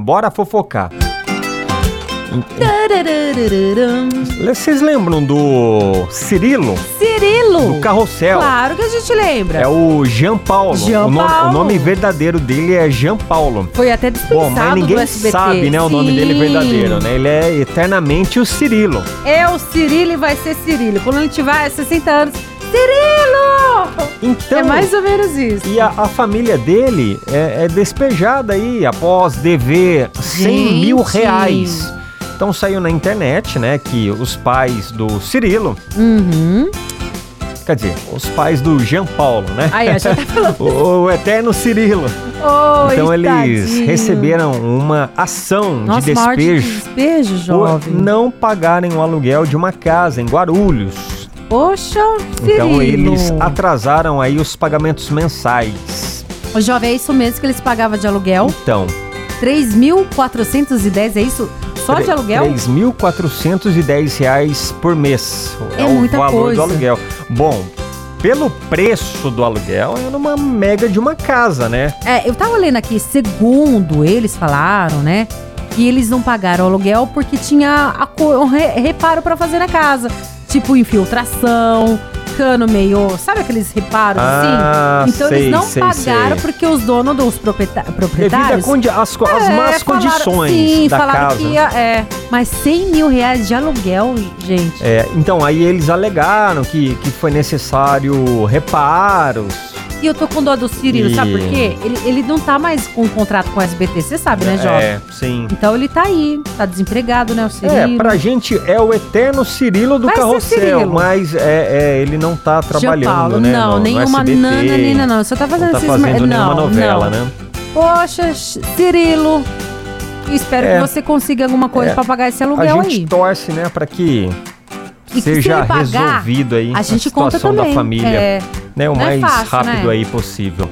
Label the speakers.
Speaker 1: Bora fofocar.
Speaker 2: Tararararam.
Speaker 1: Vocês lembram do Cirilo?
Speaker 2: Cirilo.
Speaker 1: Do Carrossel.
Speaker 2: Claro que a gente lembra.
Speaker 1: É o Jean Paulo.
Speaker 2: Jean
Speaker 1: o, nome,
Speaker 2: Paulo.
Speaker 1: o nome verdadeiro dele é Jean Paulo.
Speaker 2: Foi até dispensado
Speaker 1: Bom, mas
Speaker 2: do
Speaker 1: ninguém
Speaker 2: SBT.
Speaker 1: sabe, né, o nome dele
Speaker 2: Sim.
Speaker 1: verdadeiro, né? Ele é eternamente o Cirilo.
Speaker 2: É o Cirilo e vai ser Cirilo. Quando ele tiver 60 anos, Cirilo!
Speaker 1: Então,
Speaker 2: é mais ou menos isso.
Speaker 1: e a, a família dele é, é despejada aí após dever 100 mil
Speaker 2: Gente.
Speaker 1: reais. Então saiu na internet, né, que os pais do Cirilo,
Speaker 2: Uhum.
Speaker 1: quer dizer, os pais do Jean Paulo, né?
Speaker 2: Aí, ó, já tá falando.
Speaker 1: O, o eterno Cirilo.
Speaker 2: Oi,
Speaker 1: então eles
Speaker 2: tadinho.
Speaker 1: receberam uma ação
Speaker 2: Nossa,
Speaker 1: de
Speaker 2: maior
Speaker 1: despejo
Speaker 2: despejo,
Speaker 1: por
Speaker 2: jovem.
Speaker 1: não pagarem o aluguel de uma casa em Guarulhos.
Speaker 2: Poxa, Cirilo.
Speaker 1: Então eles atrasaram aí os pagamentos mensais.
Speaker 2: Ô, jovem, é isso mesmo que eles pagavam de aluguel?
Speaker 1: Então,
Speaker 2: 3.410, é isso? Só de
Speaker 1: tre-
Speaker 2: aluguel?
Speaker 1: R$ 3.410 reais por mês.
Speaker 2: É
Speaker 1: o
Speaker 2: muita
Speaker 1: valor
Speaker 2: coisa.
Speaker 1: do aluguel. Bom, pelo preço do aluguel, era uma mega de uma casa, né?
Speaker 2: É, eu tava lendo aqui, segundo eles falaram, né? Que eles não pagaram o aluguel porque tinha a co- um re- reparo pra fazer na casa. Tipo infiltração, cano meio. Sabe aqueles reparos
Speaker 1: Ah,
Speaker 2: assim? Então
Speaker 1: sei,
Speaker 2: eles não
Speaker 1: sei,
Speaker 2: pagaram
Speaker 1: sei.
Speaker 2: porque os donos dos proprieta-
Speaker 1: Devido a
Speaker 2: proprietários.
Speaker 1: condi- as, co- as
Speaker 2: É,
Speaker 1: más
Speaker 2: falaram-
Speaker 1: condições
Speaker 2: sim,
Speaker 1: da
Speaker 2: falaram
Speaker 1: casa.
Speaker 2: Que ia, é, mas 100 mil reais de aluguel, gente.
Speaker 1: É, então, aí eles alegaram que, que foi necessário reparos.
Speaker 2: E eu tô com dó do Cirilo,
Speaker 1: E-
Speaker 2: sabe por quê? Ele, ele não tá mais com contrato com o SBT, você sabe, né, Jovem?
Speaker 1: É, sim.
Speaker 2: Então ele tá aí, tá desempregado, né, o Cirilo?
Speaker 1: É, pra gente é o eterno Cirilo do
Speaker 2: Vai ser
Speaker 1: Carrossel,
Speaker 2: Cirilo.
Speaker 1: mas é, é, ele não tá trabalhando,
Speaker 2: Paulo,
Speaker 1: né?
Speaker 2: não,
Speaker 1: no- no
Speaker 2: nenhuma
Speaker 1: SBT,
Speaker 2: nananina, não. Você tá
Speaker 1: Não
Speaker 2: fazendo
Speaker 1: tá
Speaker 2: esses
Speaker 1: fazendo
Speaker 2: mer-
Speaker 1: nenhuma
Speaker 2: não,
Speaker 1: novela,
Speaker 2: não.
Speaker 1: né?
Speaker 2: Poxa, Cirilo. eu Espero
Speaker 1: É.
Speaker 2: que você consiga alguma coisa
Speaker 1: É.
Speaker 2: pra pagar esse
Speaker 1: A
Speaker 2: aluguel
Speaker 1: gente
Speaker 2: aí.
Speaker 1: torce, né, pra que
Speaker 2: E que se
Speaker 1: seja
Speaker 2: ele pagar,
Speaker 1: resolvido aí
Speaker 2: A gente conta
Speaker 1: situação
Speaker 2: também.
Speaker 1: da família,
Speaker 2: É.
Speaker 1: né? O
Speaker 2: Não é
Speaker 1: mais
Speaker 2: fácil,
Speaker 1: rápido
Speaker 2: né?
Speaker 1: aí possível.